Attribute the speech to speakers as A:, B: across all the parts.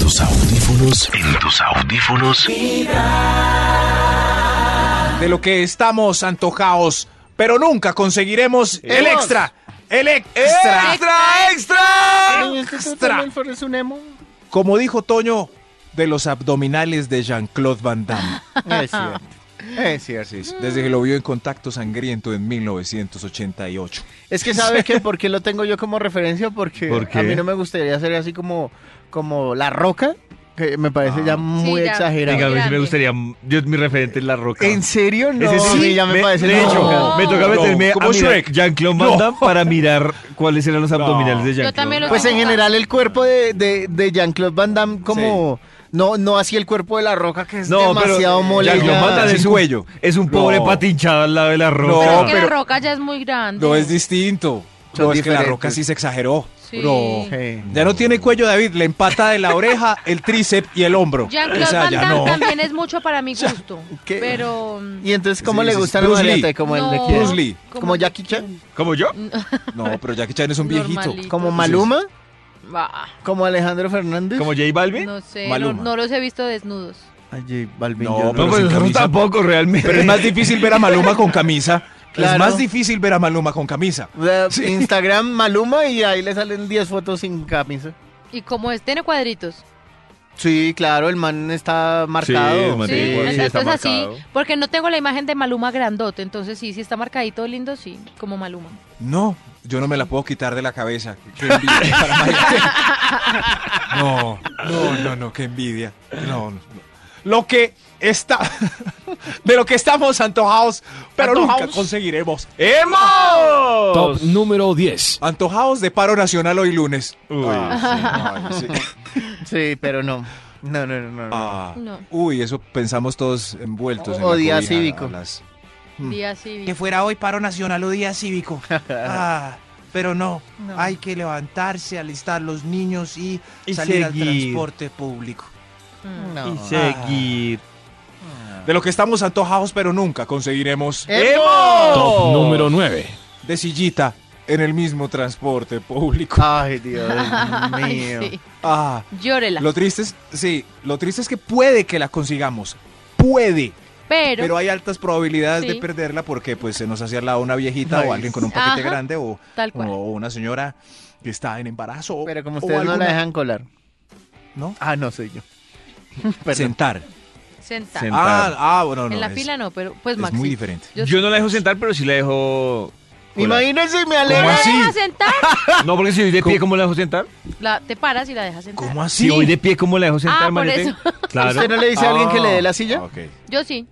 A: tus audífonos, en tus audífonos.
B: de lo que estamos antojados, pero nunca conseguiremos el extra. El ex- extra.
C: ¡Extra, extra!
B: Extra. Como dijo Toño, de los abdominales de Jean-Claude Van Damme, pues,
C: Es cierto. Es cierto.
B: desde que lo vio en Contacto Sangriento en 1988.
C: Es que sabe que por qué lo tengo yo como referencia porque
D: ¿Por qué?
C: a mí no me gustaría ser así como como la roca, que me parece ya muy
E: Sí, ya.
C: exagerado.
D: Venga, a mí sí me
E: Grande.
D: gustaría. Yo, mi referente es La Roca.
C: ¿En serio? No,
D: Ese
C: a
D: sí,
C: mí ya me,
D: me-
C: parece
D: de
C: muy
D: hecho,
C: exagerado.
D: Me toca
B: No,
D: meterme
B: como
D: a mirar
B: Shrek.
D: Jean-Claude Van Damme para mirar cuáles eran los abdominales de
E: Yo
D: Jean-Claude.
E: también lo
C: Pues en
E: Vamos,
C: general el cuerpo de, de, de Jean-Claude Van Damme como... No, no así el cuerpo de la roca que es demasiado mole.
D: Jean-Claude
C: ya.
D: Van Damme
B: Sin
D: es un,
B: cuello.
D: Es un pobre
B: No.
D: patinchado al lado de La Roca.
B: No,
E: Pero es que
B: pero-
E: la roca ya es muy grande.
B: No es distinto.
C: Son
B: no, es que la
C: diferentes.
B: roca sí se exageró.
E: Sí.
B: No.
C: Sí.
B: Ya no tiene cuello, David. Le empata de la oreja, el tríceps y el hombro.
E: Jean-Claude
B: O sea,
E: Van
B: ya
E: Damme
B: no.
E: también es mucho para mi gusto.
C: ¿qué?
E: Pero.
C: Y entonces, ¿cómo
B: Sí,
C: le
B: sí,
C: gusta
B: Bruce
C: la
B: Lee.
C: maleta? Como el de
E: no,
C: quién?
B: Bruce Lee.
C: ¿Como Jackie Chan?
D: ¿Como yo?
B: No, pero Jackie Chan es un viejito.
E: Normalito.
C: ¿Como Maluma?
E: Bah,
C: ¿Como Alejandro Fernández?
D: ¿Como J Balvin?
E: no sé, no,
B: Maluma.
E: no los he visto desnudos.
C: Ay, J Balvin,
B: No,
C: yo
B: pero
D: No,
B: sin
D: pues nosotros
B: camisa.
D: tampoco realmente.
B: Pero es más difícil ver a Maluma con camisa. Es
C: Claro.
B: más difícil ver a Maluma con camisa.
C: Eh, Instagram Maluma y ahí le salen 10 fotos sin camisa.
E: Y como es, tiene cuadritos.
C: Sí, claro, el man está marcado.
D: el man
E: Sí,
D: tiene
E: entonces
D: cuadritos, está
E: pues, así.
D: marcado.
E: Porque no tengo la imagen de Maluma grandote. Entonces, sí, si está marcadito lindo, sí, como Maluma.
B: No, yo no me la puedo quitar de la cabeza. Qué envidia para Maya. No, no, no, no, qué envidia. No, no, no. Lo que está. De lo que estamos antojados, pero nunca
C: Antojados.
B: conseguiremos. ¿eh?
A: Top número 10.
B: Antojados de paro nacional hoy lunes.
D: Uy,
B: Ah, sí, ay, sí.
C: Sí, pero no. No, no, no, no. no.
B: Ah,
E: No.
B: Uy, eso pensamos todos envueltos. en la
C: O día
B: cobija,
C: cívico.
B: a las- Hmm.
E: Día cívico.
F: Que fuera hoy paro nacional o día cívico. Ah, pero no,
E: No.
F: hay que levantarse, alistar los niños y,
D: Y
F: salir al
D: seguir.
F: transporte público.
E: Mm.
C: No.
D: y seguir.
C: Ah.
B: De lo que estamos antojados, pero nunca conseguiremos.
C: Eh. ¡Emo!
A: Top número 9.
B: de sillita en el mismo transporte público.
C: Ay, Dios mío.
E: Ay, sí.
B: Ah,
E: Llórela.
B: lo triste es, sí, lo triste es que puede que la consigamos. Puede, pero,
E: Pero,
B: hay altas probabilidades de
E: Sí.
B: perderla porque pues se nos hace al lado una viejita
C: Ay,
B: o alguien con un paquete
E: ajá,
B: grande o,
E: tal cual.
B: o una señora que está en embarazo. o-
C: Pero como
B: o
C: ustedes no la
B: alguna-
C: dejan colar.
B: ¿No?
C: Ah, no soy yo. Perdón.
B: sentar.
E: senta.
D: Sen-
B: Ah, ah, bueno, no.
E: en la
B: es-
E: fila no, pero pues
B: es
E: Maxi.
B: muy diferente.
E: Yo,
D: Yo no la dejo sentar, pero sí la dejo.
C: Imagínense, me
E: ¿No
C: alegra.
E: la
D: así?
E: dejas sentar?
D: No, porque si voy de pie, ¿cómo la dejo sentar?
E: La- te paras y la dejas sentar.
B: ¿Cómo
D: Si
B: así? Ah,
D: voy de pie, ¿cómo la dejo sentar,
E: Ah, por
D: Mariate?
E: eso.
D: Claro.
C: ¿Usted no le dice a alguien que le dé la silla?
B: Ah, ok.
E: Yo sí.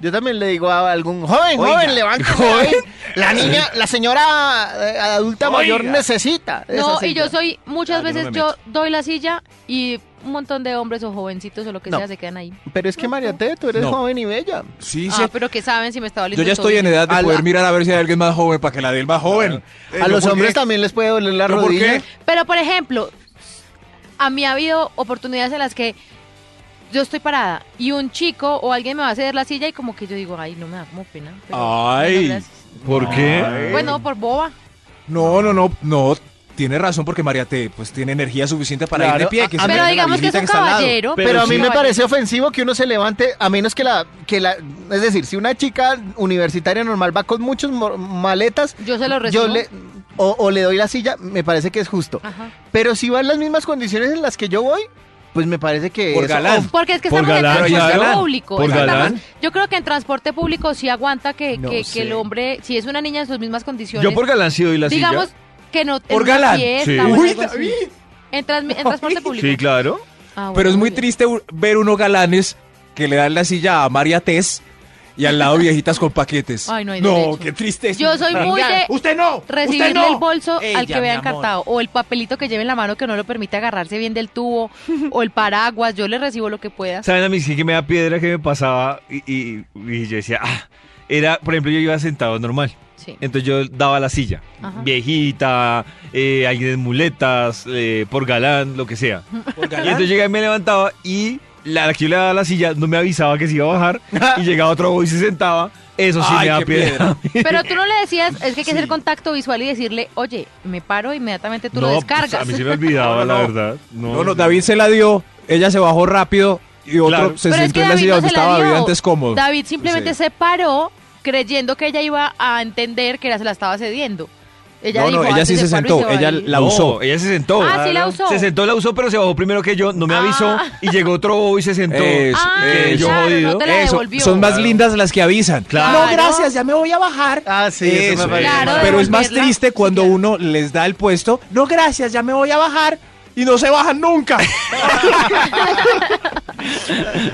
C: Yo también le digo a algún joven, joven, levántese.
D: ¿Joven?
C: joven. La niña, la señora eh, adulta mayor
D: Oiga.
C: necesita. de esa
E: No, y
C: silla.
E: yo soy, muchas
B: Ah, yo no
E: veces
B: me
E: yo,
B: meto.
E: doy la silla y un montón de hombres o jovencitos o lo que
C: No.
E: sea se quedan ahí.
C: Pero es que Mariate, tú eres
B: No.
C: joven y bella.
B: Sí, sí.
E: Ah, pero que saben si me está
B: Yo
E: doliendo.
B: ya
E: el
B: estoy en
E: tobillo.
B: edad de
C: A la-
B: poder mirar a ver si hay alguien más joven para que la del más joven. Eh,
C: a
B: ¿yo por
C: los
B: qué?
C: hombres también les puede doler la
B: ¿Yo por
C: rodilla.
B: qué?
E: Ah, Pero por ejemplo, a mí ha habido oportunidades en las que yo estoy parada y un chico o alguien me va a ceder la silla y como que yo digo, ay, no me da como pena. pero-
B: Ay.
E: no, gracias.
D: ¿Por qué?
E: Bueno, por boba.
B: No, no, no, no. Tiene razón porque Mariate pues tiene energía suficiente para ir de
C: Claro,
B: pie.
C: a-
B: Que
C: a-
B: se
E: Pero
B: meta la
E: digamos que es
B: viejita
E: un
B: está al lado.
E: caballero.
C: Pero, a mí
D: sí.
C: me parece ofensivo que uno se levante, a menos que la, que la, es decir, si una chica universitaria normal va con muchas mo- maletas,
E: Yo se lo recibo. Ah.
C: yo le, o, o le doy la silla, me parece que es justo.
E: Ajá.
C: Pero si van las mismas condiciones en las que yo voy, pues me parece que
B: Por
C: eso-
B: galán.
E: Porque es que
D: Por
E: estamos en
D: galán,
E: transporte
D: claro.
E: público.
D: Por
E: estamos-
D: galán.
E: yo creo que en transporte público sí aguanta que,
C: No
E: que- que
C: sé.
E: el hombre, si es una niña en sus mismas condiciones,
D: Yo por galán sí doy la
E: digamos
D: silla.
E: que no
B: Por
E: en una
B: galán.
E: fiesta
D: Sí.
E: o
B: Uy,
E: algo así. En, trans- en transporte público.
D: Sí, claro.
E: Ah, bueno,
B: Pero es muy
E: bien.
B: triste u- ver unos galanes que le dan la silla a Mariates y al lado viejitas con paquetes.
E: Ay, no hay
B: No,
E: derecho.
B: qué triste.
E: Yo soy muy de
F: ¡Usted no!
E: recibirle
F: ¡Usted no!
E: el bolso al
F: Ella,
E: que vea
F: mi amor.
E: encartado o el papelito que lleve en la mano que no lo permite agarrarse bien del tubo o el paraguas. Yo le recibo lo que pueda.
D: ¿Saben a mí sí que me da piedra que me pasaba y, y- y yo decía, ah, era, por ejemplo, yo iba sentado normal.
E: Sí.
D: Entonces yo daba la silla.
E: Ajá.
D: Viejita, eh, alguien en muletas, eh, por galán, lo que sea.
B: Por
D: Y entonces llegaba y me levantaba y la la que yo le daba la silla no me avisaba que se iba a bajar y llegaba otro boy y se sentaba. Eso sí
B: Ay,
D: me da
B: qué
D: piedra.
B: piedra.
E: Pero tú no le decías, es que hay que hacer contacto visual y decirle, oye, me paro, inmediatamente tú lo
D: pues,
E: descargas.
D: a mí se me
B: No, no,
D: olvidaba, la
B: no.
D: verdad. No,
B: No, no, David se la dio Ella se bajó rápido y otro
D: Claro.
B: se
E: Pero es
B: sentó
E: que
B: en la
E: David
B: silla
E: no
B: donde
E: se la
B: estaba David
E: dio.
B: antes cómodo.
E: David simplemente
B: Sí.
E: se paró creyendo que ella iba a entender que ella se la estaba cediendo. Ella
B: No, no,
E: dijo,
B: ella
E: "Ah,
B: sí se
E: paró y
B: sentó,
E: va
B: ella
E: ahí".
B: La
D: No,
B: usó.
D: Ella se sentó.
E: Ah, sí, la usó.
D: Se sentó, la usó, pero se bajó primero que yo. No me
E: Ah.
D: avisó. Y llegó otro bobo y se sentó.
B: Eso,
E: Ah,
D: que yo
E: claro,
D: jodido.
E: no te la
B: Eso,
E: devolvió.
B: son más lindas las que avisan.
D: Claro.
F: No, gracias, ya me voy a bajar.
C: Ah, sí, eso
B: Eso,
C: me parece
E: Claro,
C: mal.
B: pero es más
E: devolverla.
B: triste cuando uno les da el puesto
F: No, gracias, ya me voy a bajar.
B: y no se bajan nunca.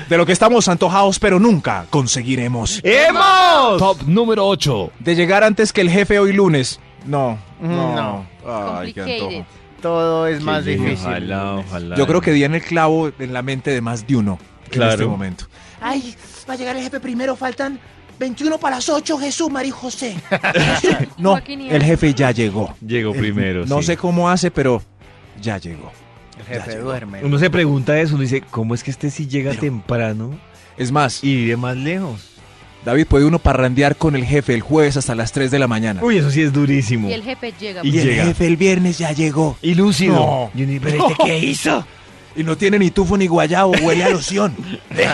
B: De lo que estamos antojados, pero nunca conseguiremos.
C: Eh.
D: ¡Hemos!
A: Top número 8.
B: De llegar antes que el jefe hoy lunes. No, no.
C: Mm, No.
B: Ay, qué
E: Complicated.
B: antojo.
C: Todo es más difícil.
D: Ojalá, ojalá.
B: Yo creo que di en el clavo en la mente de más de uno en
D: Claro.
B: este momento.
F: Ay, va a llegar el jefe primero, faltan 21 para las 8, Jesús, María y José.
B: No,
E: Joaquiniano.
B: el jefe ya llegó.
D: Llegó
B: El-
D: primero.
B: No
D: sí.
B: sé cómo hace, pero ya llegó.
C: El
B: Ya
C: jefe
B: llegó.
C: duerme.
D: Uno se pregunta eso. Uno dice, ¿cómo es que este sí llega temprano
B: Es más,
D: y vive más lejos?
B: David puede uno parrandear con el jefe el jueves hasta las 3 de la mañana.
D: Uy, eso sí es durísimo.
E: Y el jefe llega.
D: Y
B: y el
D: llega.
B: jefe el viernes ya llegó.
D: Y lúcido.
B: No.
D: Y uno dice, ¿pero este qué hizo?
B: Y no tiene ni tufo ni guayabo, huele a loción. Eh,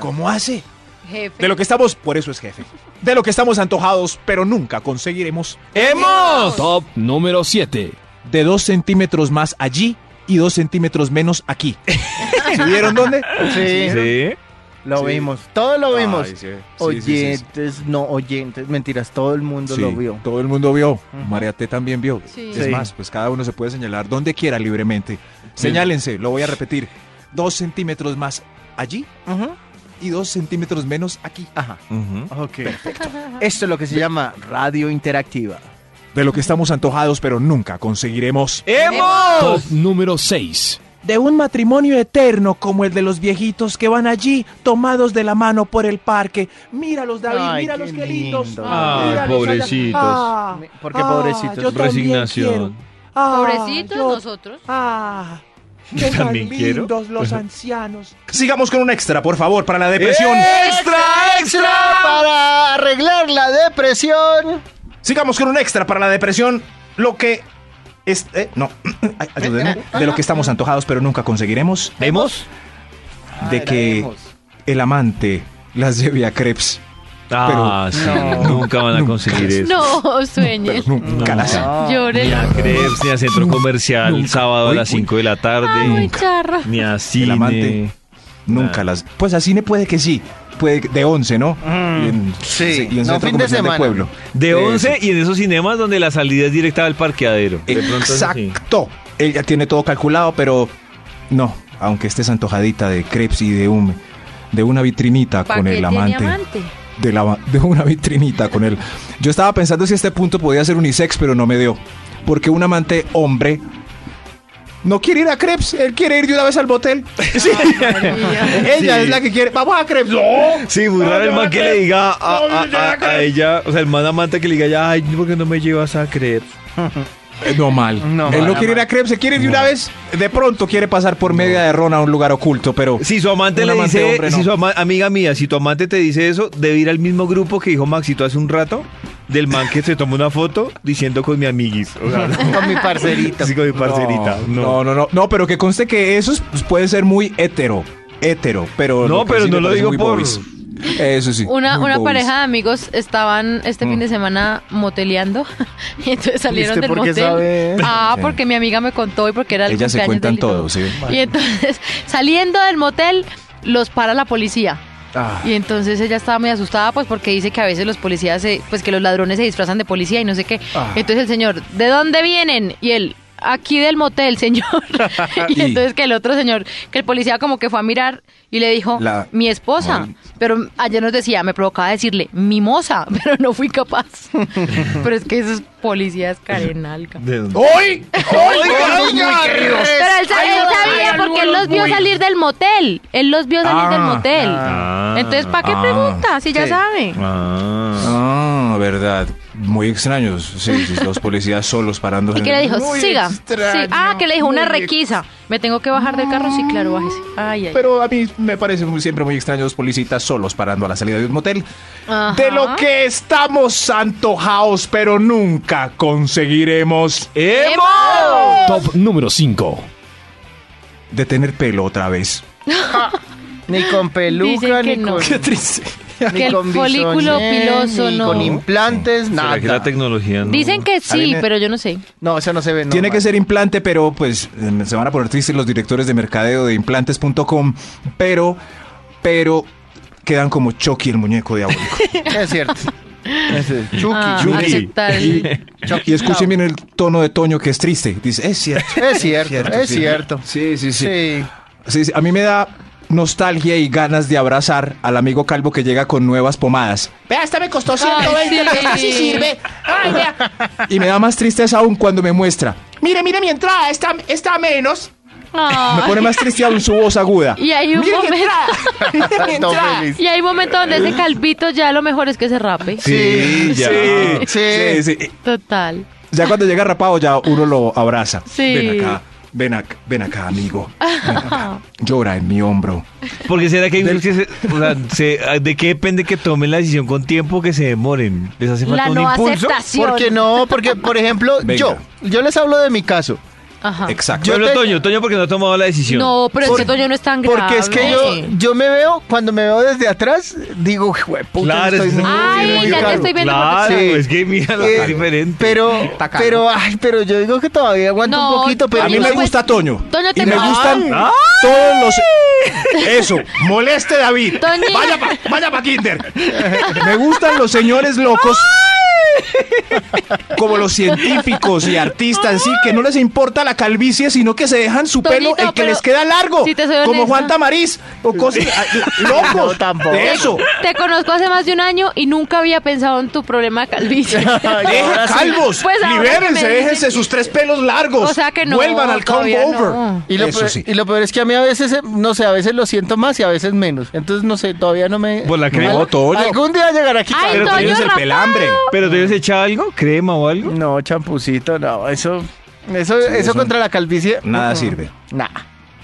B: ¿Cómo hace?
E: jefe.
B: De lo que estamos, por eso es jefe. De lo que estamos antojados, pero nunca conseguiremos.
D: ¡Hemos!
A: Top número 7.
B: De dos centímetros más allí y dos centímetros menos aquí. ¿Se vieron dónde?
C: Sí,
D: Sí.
C: lo
B: Sí.
C: vimos. Todo lo vimos.
B: Ay, sí, sí, sí, sí, sí.
C: oyentes, no oyentes, mentiras. Todo el mundo
B: Sí,
C: lo vio.
B: Todo el mundo vio.
C: Ujú.
B: María T también vio.
E: Sí.
B: Es
C: Sí.
B: más, pues cada uno se puede señalar donde quiera libremente. Señálense, lo voy a repetir. Dos centímetros más allí
C: Ujú.
B: y dos centímetros menos aquí.
C: Ajá.
D: Ujú.
C: Ok. Esto es lo que se llama radio interactiva.
B: De lo que estamos antojados, pero nunca conseguiremos.
A: Top número 6.
B: De un matrimonio eterno como el de los viejitos que van allí tomados de la mano por el parque. Míralos, David,
C: Ay,
B: míralos, qué,
C: qué
B: lindos.
C: lindo.
D: Ay,
B: Míralos allá.
D: pobrecitos.
B: Ah,
C: Porque
B: ah,
C: pobrecitos.
B: yo también
D: Resignación.
B: quiero. Ah,
E: Pobrecitos
B: yo
E: nosotros.
F: Ah,
D: Yo también quiero.
F: los ancianos.
B: Sigamos con un extra, por favor, para la depresión.
D: ¡Extra, extra!
C: Para arreglar la depresión.
B: Sigamos con un extra para la depresión. Lo que es. eh, no, Ay, ayúdenme. De lo que estamos antojados, pero nunca conseguiremos.
D: ¿Hemos?
B: De que el amante las lleve a crepes.
D: Ah, sí.
C: No.
D: Nunca van a conseguir eso.
E: No, sueñen.
B: Nunca las-
C: No.
E: Lloren.
D: Ni a Krebs, ni a centro comercial,
B: Nunca.
D: sábado a
B: Uy,
D: las
B: uy.
D: 5 de la
E: Ay, muy
D: tarde.
E: charro.
D: Ni a cine.
B: El amante. Nunca las. Pues a cine puede que sí. Puede que- de 11, ¿no? Y en-
C: Mm, sí,
B: y en
C: no,
B: centro
C: fin de
B: comercial de
C: semana.
B: pueblo.
D: De
B: Eso.
D: 11 y en esos cinemas donde la salida es directa al parqueadero. De pronto eso sí.
B: Exacto. Él ya tiene todo calculado, pero no, aunque estés antojadita de crepes y de un de una vitrinita
E: ¿Para
B: con
E: qué
B: el
E: tiene
B: amante,
E: amante?
B: De, la- de una vitrinita con él. Yo estaba pensando si este punto podía ser unisex, pero no me dio, porque un amante hombre no quiere ir a crepes, él quiere ir de una vez al motel. Sí. Ella
D: Sí.
B: es la que quiere. Vamos a crepes. ¡No!
D: Sí, muy raro el man que le diga a, a- a- a ella, o sea, el man amante que le diga ya, ay, ¿por qué no me llevas a Krebs?
B: Eh, No mal.
C: No,
B: él
C: mal,
B: no quiere ir
C: mal.
B: a crepes, se quiere ir de una vez. De pronto quiere pasar por media de ron a un lugar oculto, pero
D: Si su amante
B: Un
D: le
B: amante
D: dice,
B: hombre, no.
D: si su ama- amiga mía, si tu amante te dice eso, debe ir al mismo grupo que dijo Maxito hace un rato, del man que se tomó una foto diciendo con mi amiguis. O sea, no.
C: Con mi parcerito.
D: Sí, con mi parcerita. No,
B: No, no, no. No, pero que conste que eso es- pues, puede ser muy hétero. Hétero, pero.
D: No,
B: que
D: pero
B: me
D: no lo
B: parece
D: digo
B: muy
D: por-
B: boys. Eso sí.
E: Una,
B: muy
E: una
B: boys. Mm.
E: pareja de amigos estaban este fin de semana moteleando y entonces salieron del motel. Ah,
B: Sí.
E: porque mi amiga me contó y porque era el
B: Ellas se
E: cumpleaños
B: cuentan
E: del Lito.
B: todo, sí.
E: Y entonces, saliendo del motel, los para la policía.
B: Ah,
E: Y entonces ella estaba muy asustada, pues porque dice que a veces los policías, se- pues que los ladrones se disfrazan de policía y no sé qué.
B: Ah.
E: Entonces el señor, ¿de dónde vienen? Y él, aquí del motel, señor. y,
B: Y-
E: entonces que el otro señor, que el policía como que fue a mirar y le dijo,
B: La-
E: mi esposa.
B: Ay.
E: Pero ayer nos decía, me provocaba decirle, mimosa, pero no fui capaz. pero es que esos policías carenalca.
D: ¿De dónde?
B: ¡Hoy! ¡Hoy!
E: Pero él, sa- él sabía porque él los vio salir del motel. Él los vio salir
B: Ah,
E: del motel.
D: ah,
E: Entonces, ¿para qué
B: ah,
E: pregunta? Si ya
C: sí.
E: sabe.
D: Ah.
B: Ah, verdad. Muy extraños. Sí, sí, los policías solos parándose.
E: Y que le dijo, siga. Sí. Ah, que le dijo una requisa. Me tengo que bajar del carro, sí, claro, bájese. Ay, ay.
B: Pero a mí me parece muy- siempre muy extraño los policitas solos parando a la salida de un motel.
E: Ajá.
B: De lo que estamos antojados, pero nunca conseguiremos.
E: ¡Hemos!
A: Top número 5.
B: de tener pelo otra vez.
C: Ni con peluca,
E: Dicen
C: ni
E: que no.
C: con.
E: Qué
B: triste.
C: ni
E: Que el
C: con
E: folículo
C: bisoñé,
E: piloso,
C: ni
E: no.
C: con implantes,
D: ¿Será
C: nada.
D: que la tecnología no-
E: Dicen que
B: mí
E: sí,
B: me-
E: pero yo no sé.
C: No, eso no se ve. no,
B: Tiene
C: man.
B: que ser implante, pero pues eh, se van a poner tristes los directores de mercadeo de implantes.com, pero, pero quedan como Chucky el muñeco diabólico.
C: Es cierto. Ese, Chucky,
E: Ah,
C: Chucky.
E: aceptar el-
C: Chucky.
B: y escuchen bien el tono de Toño que es triste. Dice, es cierto.
C: Es cierto, es
B: sí.
C: cierto.
B: Sí, sí, sí.
C: Sí.
B: Sí, sí, A mí me da nostalgia y ganas de abrazar al amigo calvo que llega con nuevas pomadas.
F: Vea, esta me costó
E: Ay,
F: 120
E: sí.
F: pesos y sirve. Ay, vea.
B: Y me da más tristeza aún cuando me muestra.
F: Mire, mire mi entrada, está, está menos.
E: Ay.
B: Me pone más triste aún su voz aguda.
E: Y hay un
F: Mire mi
E: momento,
F: entrada. Mire mi
C: Don
F: entrada.
C: Feliz.
E: y hay un momento donde ese calvito ya lo mejor es que se rape.
D: Sí, ya.
B: Sí,
C: Sí.
B: sí, sí.
E: Total.
B: Ya cuando llega rapado, ya uno lo abraza.
E: Sí.
B: Ven acá, ven acá, ven acá, amigo. Ven acá. Llora en mi hombro.
D: Porque será que hay unos que se- o sea, se- ah, de qué depende que tomen la decisión con tiempo que se demoren. Les hace falta
E: La
D: un
E: no
D: impulso.
E: aceptación.
C: Porque no, porque por ejemplo,
B: Venga.
C: yo, yo les hablo de mi caso.
E: Ajá.
B: Exacto.
C: Yo
D: Yo
C: te-
D: Toño, Toño porque no ha tomado la decisión.
E: No, pero
C: Por-
E: ese Toño no es tan grave.
C: Porque es que yo, yo me veo, cuando me veo desde atrás, digo, "Jue- puta,
D: Claro,
C: estoy
D: es-
C: muy,
E: Ay,
C: muy
E: ya te
C: caro".
E: estoy viendo
D: Claro,
C: porque-
D: es que mira, la
C: Eh,
D: es diferente.
C: Pero,
F: Tacaño.
C: pero, ay, pero yo digo que todavía aguanto
E: No,
C: un poquito, pero
B: A mí
E: Toño,
B: me
E: pues,
B: gusta Toño.
E: Toño,
B: y
E: te
B: me
E: va-
B: gustan
D: ¡Ay!
B: todos los. Eso, moleste David.
E: Toñi.
B: Vaya para vaya pa Kinder. Me gustan los señores locos. Como los científicos y artistas, sí, que no les importa la calvicie, sino que se dejan su
E: Toñito,
B: pelo el que
E: pero
B: les queda largo.
E: si te soy honesta.
B: como Juan Tamariz o cosas. locos.
C: No, tampoco.
B: De eso.
E: Te conozco hace más de un año y nunca había pensado en tu problema de calvicie.
C: Ay,
B: Dejen
C: ahora sí.
B: calvos,
E: Pues ahora que
B: libérense,
E: me
B: déjense
E: dicen-
B: sus tres pelos largos.
E: O sea que no,
B: Vuelvan al combo
E: todavía
B: over.
E: no.
C: Y lo,
B: Eso
C: peor,
B: sí.
C: y lo peor es que a mí a veces, eh, no sé, a veces lo siento más y a veces menos. Entonces, no sé, todavía no me...
D: Por la crema.
C: Al-
B: No, Toño.
C: Algún día llegará aquí.
E: Ay,
D: Pero
C: calvo.
E: Toño
B: tienes el
E: rapado.
B: pelambre.
D: ¿Pero te habías echado algo? ¿Crema o algo?
C: No, champucito, no, eso... Eso, eso,
B: eso-
C: contra la calvicie... mm,
B: Nada sirve.
C: Nah.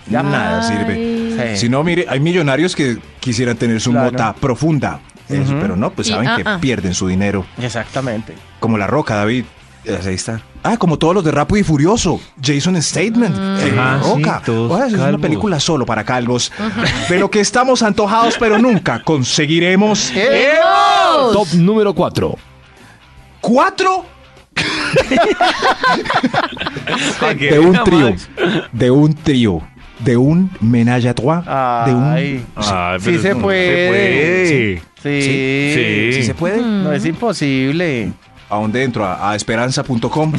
B: Ya nada sirve.
E: Ay.
C: Sí.
B: Si no, mire, hay millonarios que quisieran tener su
C: Claro.
B: mota profunda. Eso,
C: Ujú.
B: Pero no, pues
E: Y,
B: saben
E: ah,
B: que
E: ah.
B: pierden su dinero.
C: Exactamente.
B: Como la roca, David. Eh, Ahí está. Ah, como todos los de Rápido y Furioso. Jason Statement.
E: Mm.
B: Eh, La
D: Ajá, sí,
B: roca.
D: todos
B: Ah, eso es una
D: calvos.
B: película solo para calvos. De lo que estamos antojados, pero nunca conseguiremos.
C: ¡Eh!
A: Top número 4.
B: Cuatro
D: Para Ah, que
B: de un
D: vea,
B: trío.
D: Max.
B: De un trío. De un menage à trois. De un.
C: Ay.
D: Ay,
C: Sí
D: Ah, pero
C: se
D: eso no
C: puede. Sí.
D: puede.
C: Mm.
D: Sí.
B: ¿Sí se puede?
E: Mm.
C: No es imposible.
B: ¿A dónde entro? A, a esperanza.com.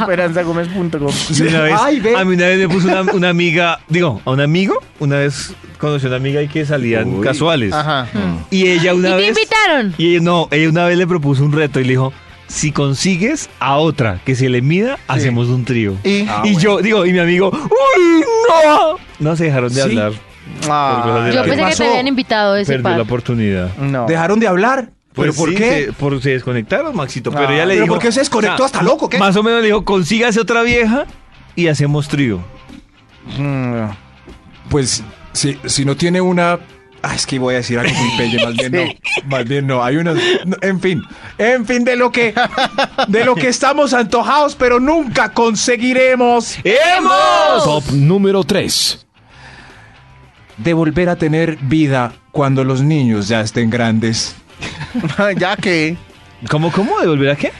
C: Esperanzagomez.com.
D: Y una vez-
B: Ay, ve.
D: a mí una vez me puso una, una amiga, digo, a un amigo, una vez conocí a una amiga y que salían
B: Uy.
D: casuales.
C: Ajá. Mm.
D: Y ella
E: ¿Y
D: una
E: te
D: vez.
E: invitaron?
D: Y ella, no, ella una vez le propuso un reto y le dijo: si consigues a otra que se le mida, hacemos un trío. Y,
C: Y...
B: Ah, bueno.
D: yo, digo, y mi amigo, ¡Uy, no! No se dejaron de
B: Sí.
D: hablar.
C: Ah,
D: cosas de
E: Yo
D: ¿Qué
E: pensé que
B: pasó?
E: te habían invitado ese
D: Perdió la
E: par.
D: oportunidad.
C: No.
B: ¿Dejaron de hablar? ¿Pero
D: Pues
B: por
D: sí,
B: qué?
D: Se, por- se desconectaron, Maxito. Pero
C: Ah.
D: ya le
B: ¿Pero
D: dijo.
B: por qué se desconectó
D: o sea,
B: hasta loco? ¿Qué?
D: Más o menos le dijo, consígase otra vieja y hacemos trío.
C: Mm.
B: Pues si, si no tiene una... Ah, es que voy a decir algo muy pelle, más bien no. Más bien no, hay unas... no, En fin, en fin, de lo que... De lo que estamos antojados, pero nunca conseguiremos
D: ¡Hemos!
A: Top número 3.
B: de volver a tener vida cuando los niños ya estén grandes.
C: ya que.
D: ¿Cómo, cómo? ¿Devolver a qué?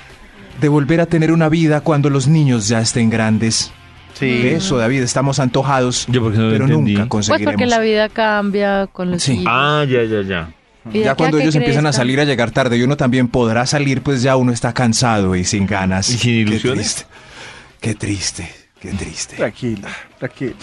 B: De volver a tener una vida cuando los niños ya estén grandes.
C: Sí.
B: De eso, David, estamos antojados,
D: Yo porque no lo
B: pero
D: entendí.
B: nunca
E: Pues
B: conseguiremos.
E: porque la vida cambia con los
B: Sí.
E: hijos.
D: Ah, ya, ya, ya.
E: Y de
B: Ya
E: acá
B: cuando
E: que
B: ellos empiezan a
E: crezcan.
B: salir a llegar tarde y uno también podrá salir, pues ya uno está cansado y sin ganas.
D: Y sin ilusiones.
B: Qué triste, qué triste. Qué triste.
C: Tranquila, tranquila.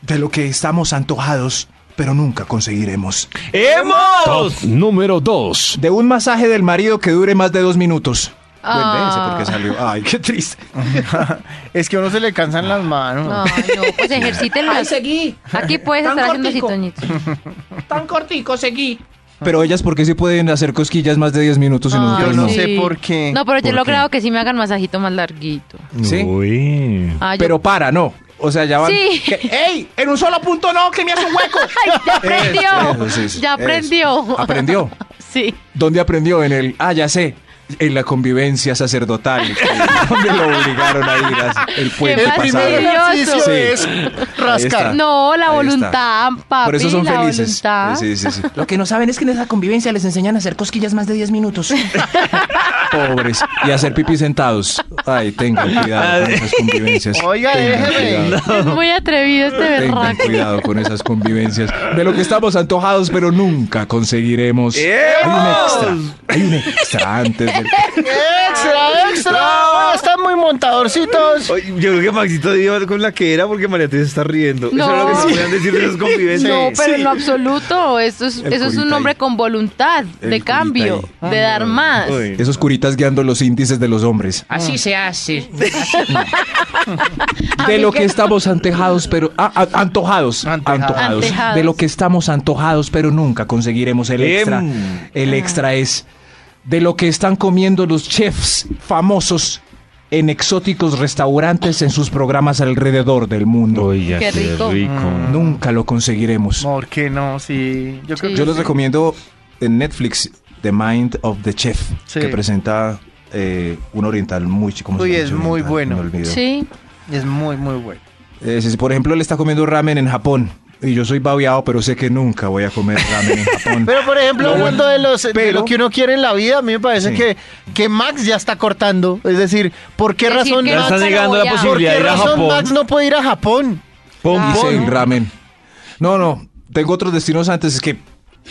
B: De lo que estamos antojados, pero nunca conseguiremos.
A: Top
D: ¡Hemos!
A: número 2.
B: De un masaje del marido que dure más de dos minutos.
E: Ah.
B: Buen beso, porque salió. Ay, qué triste.
C: Es que a uno se le cansan las manos.
E: Ay, no, pues ejercítenlo.
F: Ahí seguí.
E: Aquí puedes
F: Tan
E: estar haciendo así,
F: cortico.
E: Toñito.
F: Tan cortico, seguí.
B: Pero ellas, ¿por qué sí pueden hacer cosquillas más de 10 minutos y
E: Ay,
B: nosotros
C: Yo
B: no?
C: no sé por qué.
E: No, pero yo
B: ¿Por
E: he
B: qué?
E: logrado que sí me hagan masajito más larguito.
B: ¿Sí?
D: Uy.
E: Ah, yo-
B: Pero para, no. O sea, ya van.
E: Sí.
B: Que- ¡Ey!
F: En un solo punto no, que me hace un hueco.
E: ¡Ay, ya aprendió!
B: Eso, eso, eso,
E: ya
B: eso.
E: aprendió.
B: ¿Aprendió?
E: Sí.
B: ¿Dónde aprendió? En el. Ah, ya sé. en la convivencia sacerdotal, donde lo obligaron a ir a el puente
E: El
B: pasado.
E: primer
C: ejercicio
B: Sí.
C: es
B: Ahí está.
C: rascar.
E: No, la
B: Ahí
E: voluntad,
B: está.
E: papi.
B: Por eso son
E: la
B: felices.
E: voluntad.
B: Sí, sí, sí.
F: Lo que no saben es que en esa convivencia les enseñan a hacer cosquillas más de 10 minutos.
B: Pobres. Y hacer pipí sentados. Ay, tengan cuidado con esas convivencias.
C: Oiga,
B: Tengan
C: déjeme.
B: cuidado.
E: Es muy atrevido este
B: Tengan
E: berraco.
B: cuidado con esas convivencias. De lo que estamos antojados, pero nunca conseguiremos. Hay un extra. Hay un extra antes del.
C: ¡Extra, extra! Oye, Están muy montadorcitos.
D: Oye, Yo creo que Maxito dio con la que era porque María Teresa está riendo.
E: No.
D: Eso era lo que se podían decir de esas convivencias.
E: No, pero en
D: Sí.
E: lo absoluto, eso es,
B: El
E: eso es un
B: curita
E: hombre
B: ahí.
E: con voluntad
B: El
E: de
B: curita
E: cambio,
B: ahí.
C: Ah,
E: de dar más.
D: Uy.
B: Esos curitas guiando los índices de los hombres.
F: Así se hace.
B: De
E: mí
B: lo que
E: que-
B: estamos antejados, pero. ah, ah, antojados,
C: Antejados.
B: antojados.
E: Antejados.
B: De lo que estamos antojados, pero nunca conseguiremos el
D: Em.
B: extra. El extra es. De lo que están comiendo los chefs famosos en exóticos restaurantes en sus programas alrededor del mundo.
E: Qué rico.
B: Nunca lo conseguiremos.
C: ¿Por qué no? Sí. Yo creo
E: Sí.
C: que
B: Yo les recomiendo en Netflix The Mind of the Chef,
C: Sí.
B: que presenta eh, un oriental muy chico.
C: Uy, es muy bueno.
E: Sí.
C: es muy, muy bueno.
B: Eh, si, si, por ejemplo, él está comiendo ramen en Japón y yo soy babiado, pero sé que nunca voy a comer ramen en Japón.
C: Pero, por ejemplo,
B: Lo
C: hablando de, los, de
B: pero-
C: lo que uno quiere en la vida, a mí me parece
B: Sí.
C: que, que Max ya está cortando. Es decir, ¿por qué
E: Decir
C: razón,
E: que
D: Ya
E: no
D: está
E: te
C: Max,
E: lo
D: negando
E: voy
D: la
E: a-
C: ¿por
D: posibilidad
C: qué
D: de ir a
C: razón
D: Japón.
C: Max no puede ir a Japón?
B: Dice
E: Ah,
B: el
E: no.
B: ramen. No, no, tengo otros destinos antes que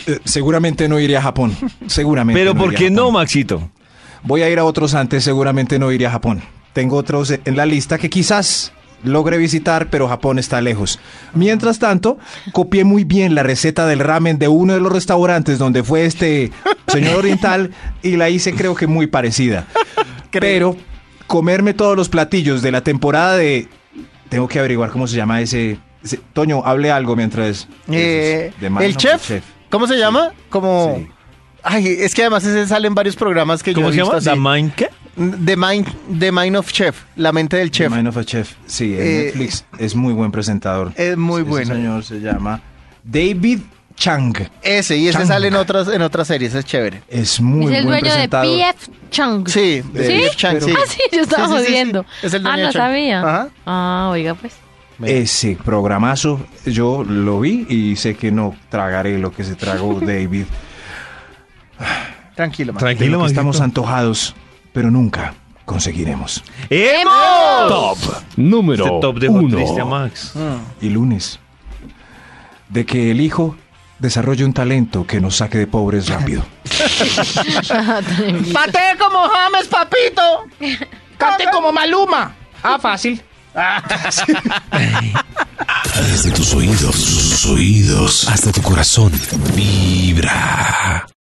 B: eh, seguramente no iré a Japón. Seguramente.
D: Pero ¿por
B: iré a
D: qué no,
B: Japón.
D: Maxito?
B: Voy a ir a otros antes, seguramente no iré a Japón. Tengo otros en la lista que quizás logre visitar, pero Japón está lejos. Mientras tanto, copié muy bien la receta del ramen de uno de los restaurantes donde fue este señor oriental y la hice creo que muy parecida. Pero comerme todos los platillos de la temporada de... Tengo que averiguar cómo se llama ese... ese- Toño, hable algo mientras...
C: Eh,
B: De Man
C: el
B: of the
C: chef, ¿cómo se llama? Como...
B: Sí.
C: Ay, es que además ese sale en varios programas que yo
D: ¿Cómo
C: he
D: se llama?
C: visto
D: ¿The
C: así.
D: Mind qué?
C: The Mind, The Mind of Chef, la mente del chef.
B: Mind of a Chef. Sí, en
C: Eh,
B: Netflix es muy buen presentador.
C: es muy
B: Ese
C: bueno.
B: señor se llama David Chang.
C: Ese, y ese
B: Chang.
C: sale en otras, en otras series, es chévere.
B: Es muy
E: es el
B: buen
E: dueño de
B: presentador.
E: PF Chang.
C: Sí, de
E: ¿Sí?
C: Jeff Chang, sí.
E: Ah, sí, yo estaba
C: Sí, sí, sí, sí.
E: jodiendo.
C: Es el
E: ah,
C: dueño
E: no
C: de Chang.
E: sabía.
C: Ajá.
E: Ah, oiga, pues.
B: Ese programazo yo lo vi y sé que no tragaré lo que se tragó David.
C: Tranquilo, Max.
B: De lo
D: Tranquilo,
B: que
D: Maxito.
B: estamos antojados, pero nunca conseguiremos.
D: ¡Hemos!
A: Top número
D: Este top dejó triste a
A: uno.
D: Max.
B: Y lunes, de que el hijo desarrolle un talento que nos saque de pobres rápido.
F: ¡Pate como James, papito! ¡Cante como Maluma! Ah, fácil.
G: Desde tus oídos, sus oídos, hasta tu corazón, vibra.